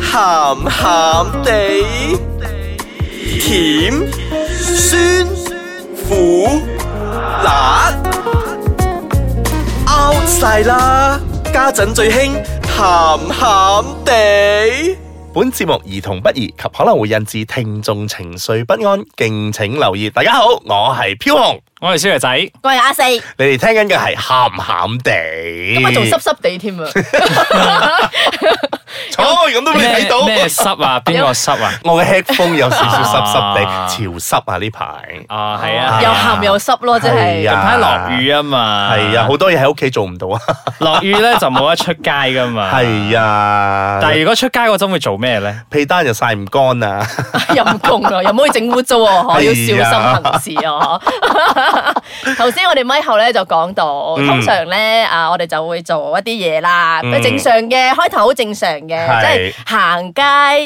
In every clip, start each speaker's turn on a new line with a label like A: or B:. A: 鹹鹹地，甜酸苦辣 out 晒啦！家陣最興鹹鹹地。
B: 本節目兒童不宜及可能會引致聽眾情緒不安，敬請留意。大家好，我係飄紅，
C: 我係小爺仔，
D: 我係阿四，
B: 你哋聽緊嘅係鹹鹹地。
D: 今日仲濕濕 地添啊！
B: 錯，哦咁都俾你睇到。
C: 咩濕啊？邊個濕 啊？
B: 我嘅 headphone 有少少濕濕地，
C: 啊
B: 潮濕啊呢排。
C: 啊，係啊，
D: 又鹹又濕咯，真
B: 係
D: 係
C: 近
B: 啊
C: 排落雨啊嘛，
B: 係啊，好多嘢喺屋企做唔到啊。
C: 落雨咧就冇得出街噶嘛，
B: 係啊，
C: 但係如果出街嗰陣會做咩 咧？
B: 被單又曬唔乾啊。
D: 陰公啊，又唔可以整污糟喎，
B: 哎
D: 嗬要
B: 呀
D: 小心行事啊！嗬 頭先我哋咪後咧就講到，
B: 嗯
D: 通常咧啊，我哋就會做一啲嘢啦，
B: 嗯
D: 正常嘅，開頭好正常嘅，即
B: 係
D: 係行街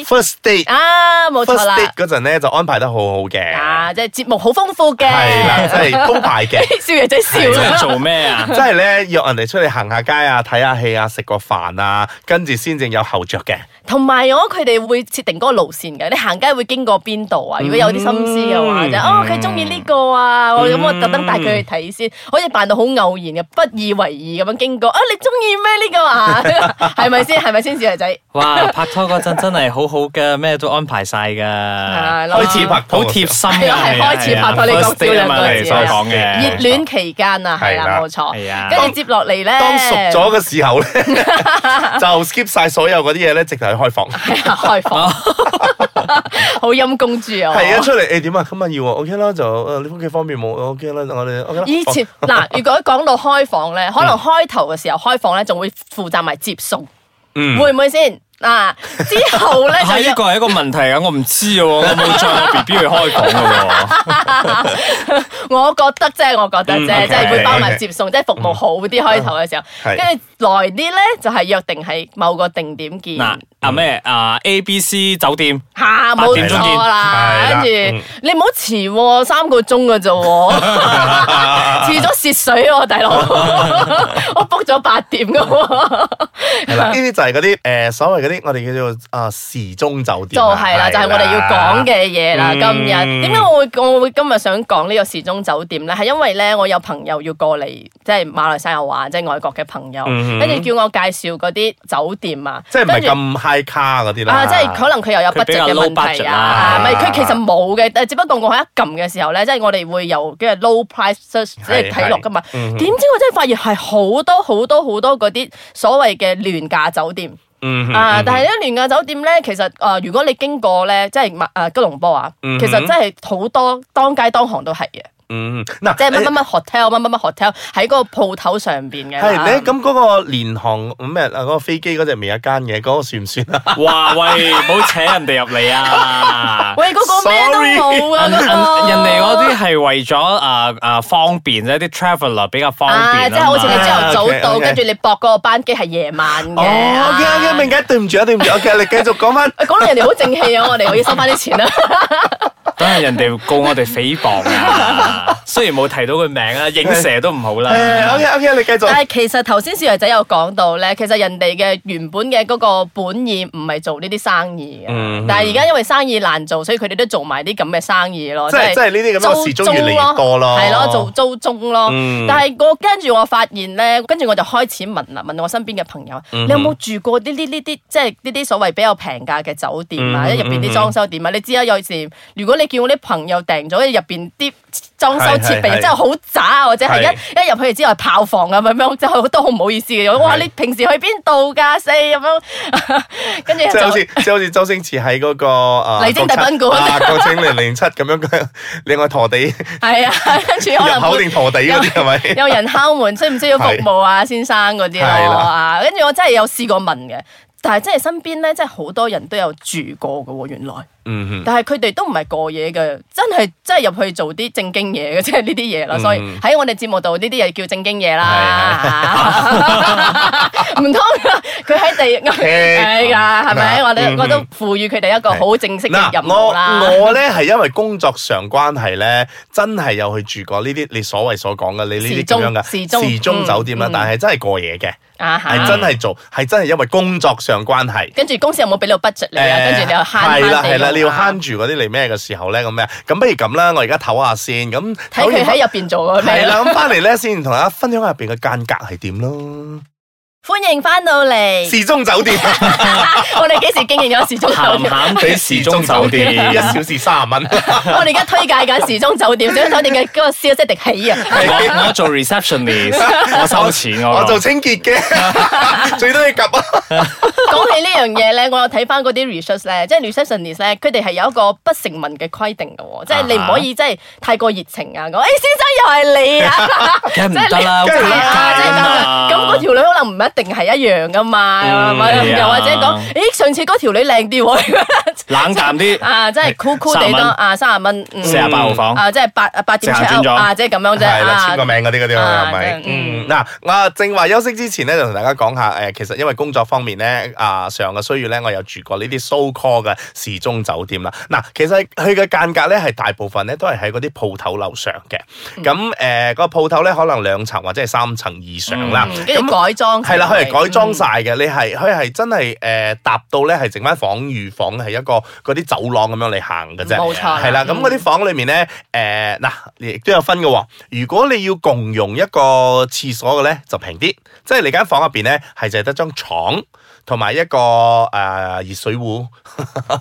B: First date。
D: 啊，冇錯
B: First
D: 啦
B: date 嗰陣咧就安排得好好嘅，
D: 啊，即係節目好豐富嘅，
B: 係啦，即係鋪排嘅。
D: 少爺仔笑
C: 即係
D: 啦，
C: 做咩啊？
B: 即係咧約人哋出嚟行下街啊，睇下戲啊，食個飯啊，跟住先正有後着嘅。
D: 同埋我佢哋會設定嗰個路線嘅，你行街會經過邊度啊？如果有啲心思嘅話
B: 嗯
D: 就哦佢中意呢個啊，我咁我特登帶佢去睇先，好似扮到好偶然嘅，不以為意咁樣經過啊！你中意咩呢個啊？ 係咪先？係咪先，小爺仔？
C: 哇！拍拖嗰陣真係好好噶，咩都安排晒噶，
D: 係咯
B: 開始拍
C: 好貼心
D: 係
C: 㗎
D: 啊係開始拍拖你講
C: First date 啊嘛
D: 少兩個
C: 你
D: 字
C: 所
D: 啊
C: 講
B: 熱
D: 熱
C: 嘅
D: 戀期間啊，係
B: 係啦
D: 啦，冇錯
C: 係啊。
D: 跟住接落嚟咧，
B: 當熟咗嘅時候咧， 就 skip 晒所有嗰啲嘢咧，直頭去開房。
D: 係啊， 開 放，好陰公主啊！
B: 係啊，出嚟誒點啊？今日要啊，OK 啦，就誒你屋企方面冇 OK 啦，我哋 OK 啦。哦
D: 以前嗱，如果講到開房咧，可能開頭嘅時候開房咧，仲會負責埋接送，
B: 嗯
D: 會唔會先？嗱，之後 咧
C: 係
D: 就
C: 啊呢
D: 要
C: 個係一個問題啊！我唔知喎，我冇載我 B B 去開房噶
D: 我覺得啫，我覺得
C: 嗯，OK，嗯
D: 啫，即係會包埋
B: OK
D: 接送，即係服務好啲開頭嘅時候，
B: 係
D: 跟住耐啲咧就係約定係某個定點見
C: 喎。， 嗱啊咩啊 A B C 酒店
D: 嚇
C: 八
D: 冇
C: 點鐘見
D: 錯
B: 係啦
D: 啦，跟
B: 嗯
D: 住你唔好遲喎，三個鐘嘅啫 喎， 遲咗蝕水喎，大佬，我 book 咗八點嘅喎。
B: 係
D: 嗯
B: 啦，呢啲就係嗰啲誒所謂嗰啲我哋叫做啊時鐘酒
D: 就
B: 店啊。
D: 係啦，就係我哋要講嘅嘢啦。
B: 嗯
D: 今日點解我會我會今日想講呢個時鐘酒店咧？係因為咧，我有朋友要過嚟，即係馬來西亞玩，即係外國嘅朋友
B: 嗯哼，
D: 跟住叫我介紹嗰啲酒店啊，
B: 即係唔
D: 跟
B: 係
D: 住
B: 咁 high 卡嗰啲啦。
D: 啊，即係可能佢又有
C: 佢比
D: budget
C: 較
D: 嘅
C: low
D: 問題
C: budget
D: 啊
C: 啦
D: 啊，唔係佢其實冇嘅，但係只不過我喺一撳嘅時候咧，即係我哋會由嘅 low price search 即係睇落噶嘛。
B: 係嗯
D: 點知我真係發現係好多好多好多嗰啲所謂嘅廉價酒店。
B: 嗯哼
D: 啊！但係咧，廉價酒店咧，其實啊、呃如果你經過咧，即係麥啊吉隆坡啊，
B: 嗯哼
D: 其實真係好多當街當行都係嘅，
B: 嗯嗱，
D: 即係乜乜啊乜 hotel 乜乜乜 hotel 喺嗰個鋪頭上邊嘅。
B: 係你咁嗰個連航咩啊？嗰個飛機嗰隻咪有一間嘢，嗰個算唔算啊？
C: 哇喂，唔好扯人哋入嚟啊！
D: 喂，嗰個咩都
B: Sorry
D: 冇啊！
C: 人人
D: 嗰個
C: 人哋嗰啲係為咗啊啊方便啫，啲 traveller 比較方
D: 啊，
C: 便
D: 即係好似你朝頭早
B: 啊
D: 到，
B: ，OK，OK
D: 跟住你駁嗰個班機係夜晚嘅。
B: 哦，OK
D: 啊
B: OK，明解，對唔住啊，對唔住，OK，你繼續講 翻。
D: 講到人哋好正氣啊！我哋我要收翻啲錢啦。
C: 等下人哋告我哋誹謗 啊！雖然冇提到佢名啊，影射都唔好 啦。
B: 誒，OK OK，你繼
D: 但
B: 續。
D: 係其實頭先小爺仔有講到咧，其實人哋嘅原本嘅嗰個本意唔係做呢啲生意嘅，
B: 嗯
D: 但係而家因為生意難做，所以佢哋都做埋啲咁嘅生意咯，
B: 即係即係呢啲咁嘅
D: 租
B: 時鐘越嚟越多咯
D: 係咯，做租鐘咯。
B: 嗯
D: 但係我跟住我發現咧，跟住我就開始問啦，問我身邊嘅朋友，
B: 嗯哼
D: 你有冇住過呢啲呢啲即係呢啲所謂比較平價嘅酒店啊？
B: 嗯
D: 即係入邊
B: 嗯
D: 啲裝修點啊？你知啦，有時如果你叫我啲朋友訂咗入邊啲裝修設
B: 係係係
D: 備真係好渣，或者係
B: 係
D: 一一入去之後係炮房啊咁樣，真係都好唔好意思嘅。哇！
B: 係
D: 你平時去邊度㗎？四咁樣， 跟住
B: 即係好
D: 就
B: 似即係好似周星馳喺嗰個啊
D: 麗晶大賓館
B: 啊國清零零七咁樣， 另外陀地
D: 係啊，跟住可
B: 入
D: 能
B: 口
D: 會
B: 定陀地嗰啲係咪？
D: 有人敲門，需唔需要服務啊，先生嗰啲
B: 係
D: 咯
B: 啦
D: 啊？跟住我真係有試過問嘅，但係真係身邊咧，真係好多人都有住過嘅喎，原來。
B: 嗯
D: 但係佢哋都唔係過夜嘅，真係真係入去做啲正經嘢嘅，即係呢啲嘢啦。所以
B: 嗯
D: 喺我哋節目度呢啲嘢叫正經嘢
B: 係
D: 啦。 唔通佢喺 地係㗎？係咪？
B: 嗱
D: 我
B: 嗯
D: 哋我都賦予佢哋一個好正式嘅任
B: 嗱，
D: 務啦。
B: 我我咧係因為工作上關係咧，真係有去住過呢啲你所謂所講嘅你呢啲咁樣嘅
D: 時鐘時鐘
B: 時鐘酒店啦，
D: 嗯嗯
B: 但係真係過夜嘅，
D: 啊哈
B: 係真係做，係真係因為工作上關係。
D: 跟住公司有冇俾你個 budget 你啊？
B: 誒
D: 跟住你又慳慳
B: 係
D: 地
B: 啦係啦，
D: 用
B: 你要
D: 啊
B: 慳住嗰啲嚟咩嘅時候咧咁咩？咁不如咁啦，我而家唞下先，咁
D: 睇佢喺入邊做嘅咩
B: 係
D: 啦。
B: 啦，咁翻嚟咧先同大家分享下入邊嘅間隔係點 咯。
D: 歡迎翻到嚟，
B: 時鐘酒店
D: 我哋幾時經營咗時鐘酒
C: 鹹
D: 店？
C: 鹹地時鐘 酒
B: 一
C: 店。
B: 小時三十蚊，
D: 我哋而家推介緊時鐘酒店，時鐘酒店嘅嗰個消息迪起啊！
C: 我我做 receptionist，我收錢我
B: 我做清潔 嘅，最多要夾啊！
D: 講起呢樣嘢咧，我有睇翻嗰啲 research 咧，即係 receptionist 咧，佢哋係有一個不成文嘅規定嘅喎，即係你唔可以即係太過熱情啊！講，誒、先生又係你啊，
C: 梗係唔得啦，好尷
B: 係
D: 係
C: 尬
D: 啊，即係咁
C: 啊
D: 啊！咁嗰條女可能唔一定係一樣噶嘛，
C: 嗯係
D: 又
C: 啊
D: 或者講，誒上次嗰條女靚啲喎，
C: 冷淡啲，
D: 啊，真係酷酷地
C: 30
D: 多
C: 蚊
D: 啊，三十蚊，嗯
C: 四十八號房。
D: 啊，即係八啊八點
C: 即刻
D: check
C: 轉
D: out
C: 咗
D: 啊，即係咁樣啫
B: 係啦，簽個
D: 啊。
B: 名嗰啲嗰啲
D: 啊
B: 係咪
D: 真係？
B: 嗯，嗱，我正話休息之前咧，就同大家講下誒，其實因為工作方面咧，啊上個需要咧，我有住過呢啲 so call 嘅時鐘酒店啦。嗱，其實佢嘅間隔咧係大部分咧都係喺嗰啲鋪頭樓上嘅，咁誒個鋪頭咧可能兩層或者係三層以上啦
D: 嗯，跟
B: 咁
D: 住。改裝
B: 係啦，佢係改裝
D: 嗯
B: 晒嘅，你係佢係真係誒搭到咧，係剩翻房與房係一個嗰啲走廊咁樣嚟行嘅啫。
D: 冇錯啦嗯
B: 係啦，咁嗰啲房裏面咧，誒、嗱，亦都有分嘅喎。如果你要共用一個廁所嘅咧，就平啲，即係你間房入邊咧係就係得張床同埋一個誒、呃、熱水壺，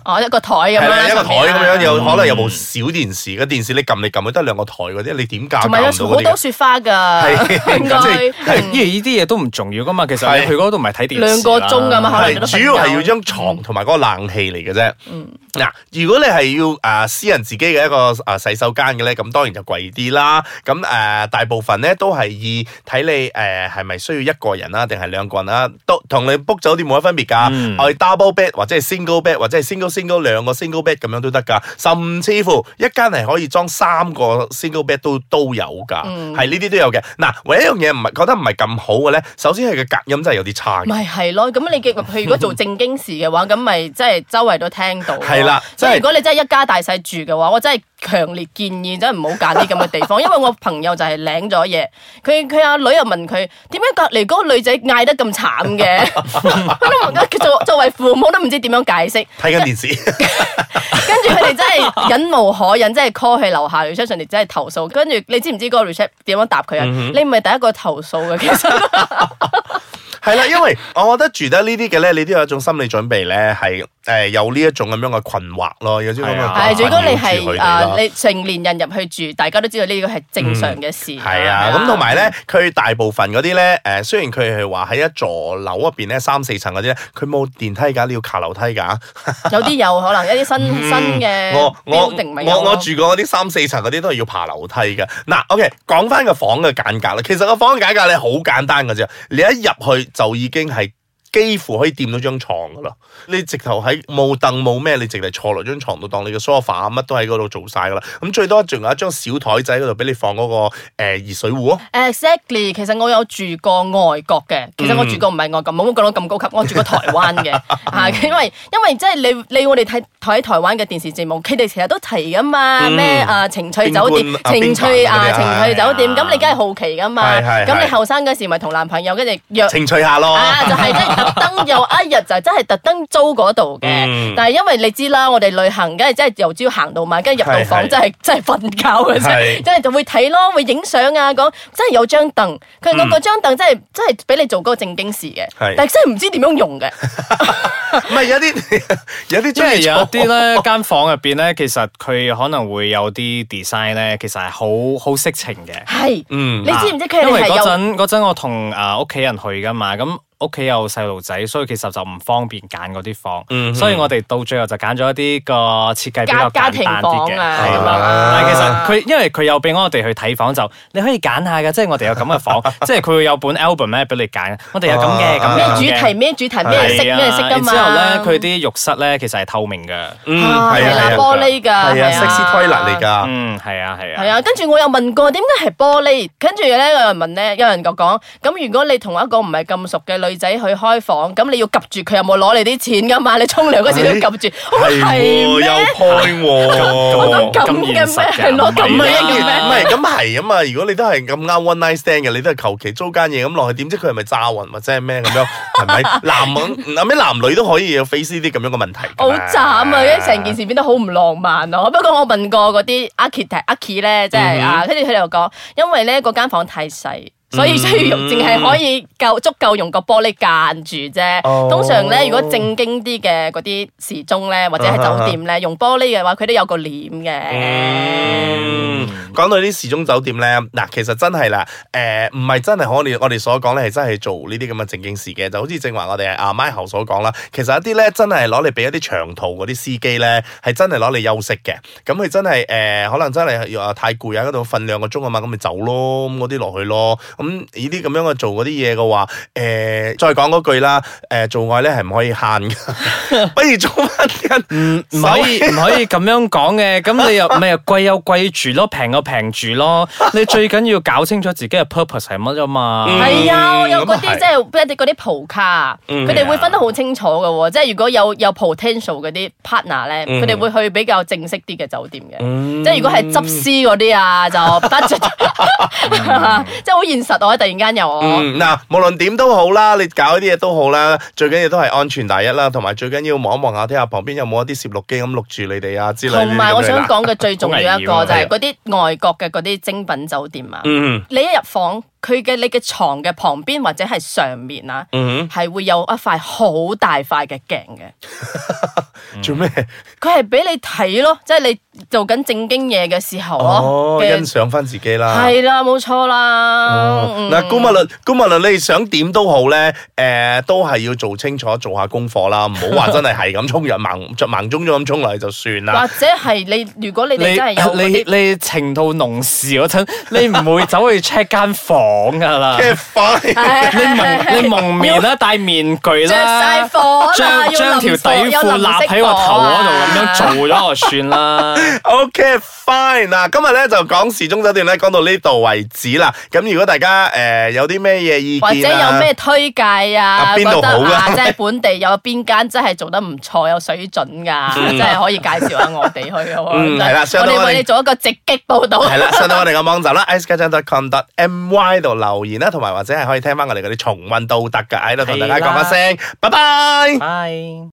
D: 哦一個台咁
B: 係啦，
D: 樣，啊
B: 一個台咁樣，有
C: 嗯
B: 可能有部小電視，個電視你撳嚟撳去得兩個台嗰啲，你點教教
D: 同
B: 唔
D: 埋
B: 到
D: 有
B: 嗰
D: 好
B: 啲嘅
D: 多？雪花噶，
B: 係
D: 應
B: 即係
D: 該
C: 因為呢啲嘢都唔重要噶嘛，其實
B: 係
C: 你去嗰度唔係睇電視啦
D: 兩個鐘㗎嘛可
B: 係
D: 能你都
B: 主
D: 瞓
B: 要係
D: 覺嗯
B: 要張床同埋嗰個冷氣嚟嘅啫。嗱，如果你係要啊、私人自己嘅一個啊、洗手間嘅咧，咁當然就貴啲啦。咁誒、啊大部分咧都係以睇你誒係咪需要一個人啦，定係兩個人啦，都同你 book 酒店冇乜分別㗎。
C: 嗯
B: 我哋 double bed 或者係 single bed 或者係 single single 兩個 single bed 咁樣都得㗎，甚至乎一間係可以裝三個 single bed 都都有㗎，
D: 嗯
B: 係呢啲都有嘅。嗱，唯一一樣嘢唔係覺得唔係咁好嘅咧，首先係個隔音真係有啲差嘅。
D: 咪係咯，咁你嘅佢如果做正經事嘅話，咁咪即係周圍都聽到咯。
B: 係啦
D: 即係
B: 即係
D: 如果你真係一家大細住嘅話，我真係強烈建議真係唔好揀啲咁嘅地 方，因為我朋友就係領咗嘢，佢佢阿女又問佢點解隔離嗰個女仔嗌得咁 慘嘅，我都作作為父母都唔知點樣解釋。
B: 睇緊電視，
D: 跟住佢哋真係忍無可忍，真係 call 去樓下 reception，你真係投訴。跟住你知唔知嗰個 reception 點樣答佢
B: 嗯
D: 啊？你唔係第一個投訴嘅，其實
B: 係啦，因為 我覺得住得呢啲嘅咧，你都有一種心理準備咧，係誒、呃有呢一種咁樣嘅困惑咯，有種咁
C: 係啊
B: 嘅
D: 係。
B: 困
D: 如果你
B: 擾住佢
D: 係
B: 哋
D: 啊
B: 咯，。
D: 你成年人入去住，大家都知道呢個係正常嘅事。
B: 係啊，咁同埋咧，佢大部分嗰啲咧，誒雖然佢係話喺一座樓入邊咧三四層嗰啲咧，佢冇電梯㗎，你要爬樓梯㗎。
D: 有啲有可能一啲新新嘅
B: 嗯我我
D: building 咪有啊
B: 我
D: 咯
B: 我住過嗰啲三四層嗰啲都係要爬樓梯嘅。嗱，OK，講翻個房嘅間隔啦。其實個房嘅間隔咧好簡單嘅啫，你一入去就已經係。幾乎可以掂到張床噶啦，你直頭喺冇凳冇咩，你直嚟坐落張床度當你嘅 sofa 乜都喺嗰度做晒噶啦。咁最多仲有一張小台仔嗰度俾你放嗰、個誒、呃、熱水壺咯。
D: 啊 Exactly，其實我有住過外國嘅，其實我住過唔係外國，冇講到咁高級，我住過台灣 嘅，啊，因為因為即係你你我哋睇睇台灣嘅電視節目，佢哋成日都提噶嘛，
B: 嗯
D: 咩啊情趣酒店
B: 冰冠、啊
D: 情趣啊
B: 冰
D: 情
B: 棍嗰啲
D: 趣酒店，
C: 啊
D: 咁你梗係好奇噶嘛，
B: 係係係
D: 咁你後生嗰時咪同男朋友跟住約。
B: 情趣下咯，
D: 啊，就係即係特登有一日就真係特登租嗰度嘅
B: 嗯，
D: 但係因為你知啦，我哋旅行梗係真係由朝行到晚，跟住入到
B: 係
D: 房
B: 係
D: 真係真係瞓覺嘅啫，
B: 係
D: 真係就會睇咯，會影相啊，講真係有張凳，佢講
B: 嗯
D: 嗰張凳真係真係俾你做嗰個正經事嘅
B: 係，
D: 但係真係唔知點樣用嘅，
B: 唔係有啲有啲
C: 因
B: 中
C: 為
B: 意
C: 有
B: 坐
C: 一啲 咧，間房入邊咧，其實佢可能會有啲 design 咧，其實係好好色情嘅。啊
D: 係
B: 嗯
D: 你知唔知佢
C: 因為
D: 哋係
C: 嗰
D: 有？
C: 陣嗰陣我同啊屋企人去噶嘛，咁屋企有細路仔，所以其實就唔方便揀嗰啲房，
B: 嗯
C: 所以我哋到最後就揀咗一啲個設計比
D: 家
C: 較
D: 家
C: 簡
D: 庭
C: 單
D: 房
C: 啲嘅，
D: 啊，
C: 係啦。但係其實佢因為佢有俾我哋去睇房，就你可以揀下嘅，即係我哋有咁嘅房， 即係佢會有本 album 咧俾你揀，我哋有咁嘅咁
D: 咩
C: 嘅
D: 主題
C: 咁嘅
D: 咩主題咩色
C: 係啊
D: 咩色噶嘛？
C: 然之後咧，佢啲浴室咧其實係透明嘅，
B: 嗯
D: 啊
B: 係
D: 係啦
B: 啊，
D: 玻璃㗎，
B: 係啊，sexy toilet 嚟㗎。
C: 嗯，係啊，係啊，
D: 係啊，跟住我又問過點解係玻璃，跟住咧有人問咧，有人就講咁如果你同一個唔係咁熟嘅女女仔去開房，咁你要及住佢有冇攞你啲錢噶嘛？你沖涼嗰時都要及住，我話
B: 係
D: 係
B: 喎，有
D: 咩？
B: point 喎。
D: 咁
C: 哦咁
D: 嘅
C: 現實
D: 咩係咯咁
B: 唔
D: 嘅
B: 係
D: 咩
B: 啊，
D: 叫
B: 唔
D: 咩
B: 係咁係啊嘛！如果你都係咁啱 one night stand 嘅，你都係求其租間嘢咁落去，點知佢係咪炸暈或者係咩咁樣？係 咪男啊咩男女都可以有 face 呢啲咁樣嘅問題㗎嘛？
D: 好慘啊！因為成件事變得好唔浪漫
C: 啊
D: 咯。不過我問過嗰啲 architect、archi 咧，即
C: 嗯
D: 係啊，跟住佢哋又講，因為咧嗰間房太細。所
C: 嗯
D: 以需要用，淨係可以夠足夠用個玻璃間住啫。
B: 哦啊
D: 通常咧，如果正經啲嘅嗰啲時鐘咧，或者係酒店咧，用玻璃嘅話，佢都有個簾嘅。
B: 嗯，講到呢啲時鐘酒店咧，嗱，其實真係啦，誒唔係真係可我哋我哋所講咧，係真係做呢啲咁嘅正經事嘅，就好似正話我哋阿 Michael 所講啦，其實一啲咧真係攞嚟俾一啲長途嗰啲司機咧，係真係攞嚟休息嘅，咁佢真係誒、可能真係啊太攰啊，喺度瞓兩個鐘啊嘛，咁咪走咯，咁嗰啲落去咯，咁呢啲咁樣嘅做嗰啲嘢嘅話，誒、再講嗰句啦，誒、做愛咧係唔嗯可以慳嘅，不如做翻啲人
C: 唔可以唔可以咁樣講嘅，咁 你又咪又貴有貴住咯，平有平住咯，你最緊要搞清楚自己嘅 purpose 係乜啫嘛。
B: 嗯
D: 係啊，我有
B: 咁
D: 嗰
B: 啊
D: 啲
B: 係
D: 即係即係嗰啲蒲卡，
B: 嗯
D: 佢哋會分得好清楚嘅喎。即係如果有有 potential 嗰啲 partner 咧，
B: 嗯
D: 佢哋會去比較正式啲嘅酒店嘅。
B: 嗯
D: 即係如果係執師嗰啲啊，就 budget，即係好現實我突然間有我。
B: 嗯，嗱，無論點都好啦，你搞呢啲嘢都好啦，最緊要都係安全第一啦，同埋最緊要望一望下，睇下旁邊有冇一啲攝錄機咁錄住你哋啊之類。
D: 同埋我想，講嘅最重要一個就係
C: 好
D: 嗰啲外國嘅嗰啲精品酒店啊，
B: 嗯
D: 你一入房，佢嘅你嘅床嘅旁邊或者係上面啊，
B: 嗯
D: 係會有一塊好大塊嘅鏡嘅。嗯
B: 哼，做咩？
D: 佢係俾你睇咯，即係你做緊正經嘢嘅時候
B: 哦
D: 咯，，嘅
B: 欣賞翻自己
C: 啊
B: 啦。
D: 係啦，冇錯啦。
B: 哦
D: 嗯
B: 嗱，姑勿論，姑勿論，你哋想點都好咧，誒，都係要做清楚，做下功課啦，唔好話真係係咁衝入盲着盲中咗咁衝落去就算啦
D: 或。者係你，如果你哋真係有
C: 你
D: 嗰
C: 你
D: 啲
C: 你情到濃時嗰陣，你唔會走去 check 間房噶 啦。
B: 嘅快，
D: 唉
C: 你蒙你蒙面啦，戴面具
D: 着晒
C: 啦，
D: 火啦，
C: 將
D: 要
C: 將條
D: 淋
C: 底
D: 火啊有
C: 褲
D: 淋
C: 立
D: 熄
C: 喺個頭嗰
D: 火啊
C: 度咁樣做咗就算啦。
B: OK fine 嗱，今日咧就講時鐘酒店咧，講到呢度為止啦。咁如果大家誒、呃有啲咩嘢意見啊
D: 或者有咩推介啊？
B: 啊邊
D: 覺
B: 度
D: 得
B: 好啊
D: 啊，即係本地有邊間真係做得唔錯，有水準㗎，真係可以介紹下我哋去喎。
B: 嗯
D: 真係
B: 係啦相
D: 我
B: 當
D: 哋為你做一個直擊報導。
B: 係啦， 上到我哋嘅網站啦 i c e g a j a c o m m y 度留言啦，同埋或者係可以聽翻我哋嗰啲重温都得㗎。喺度同大家講一聲，拜拜。
C: 拜。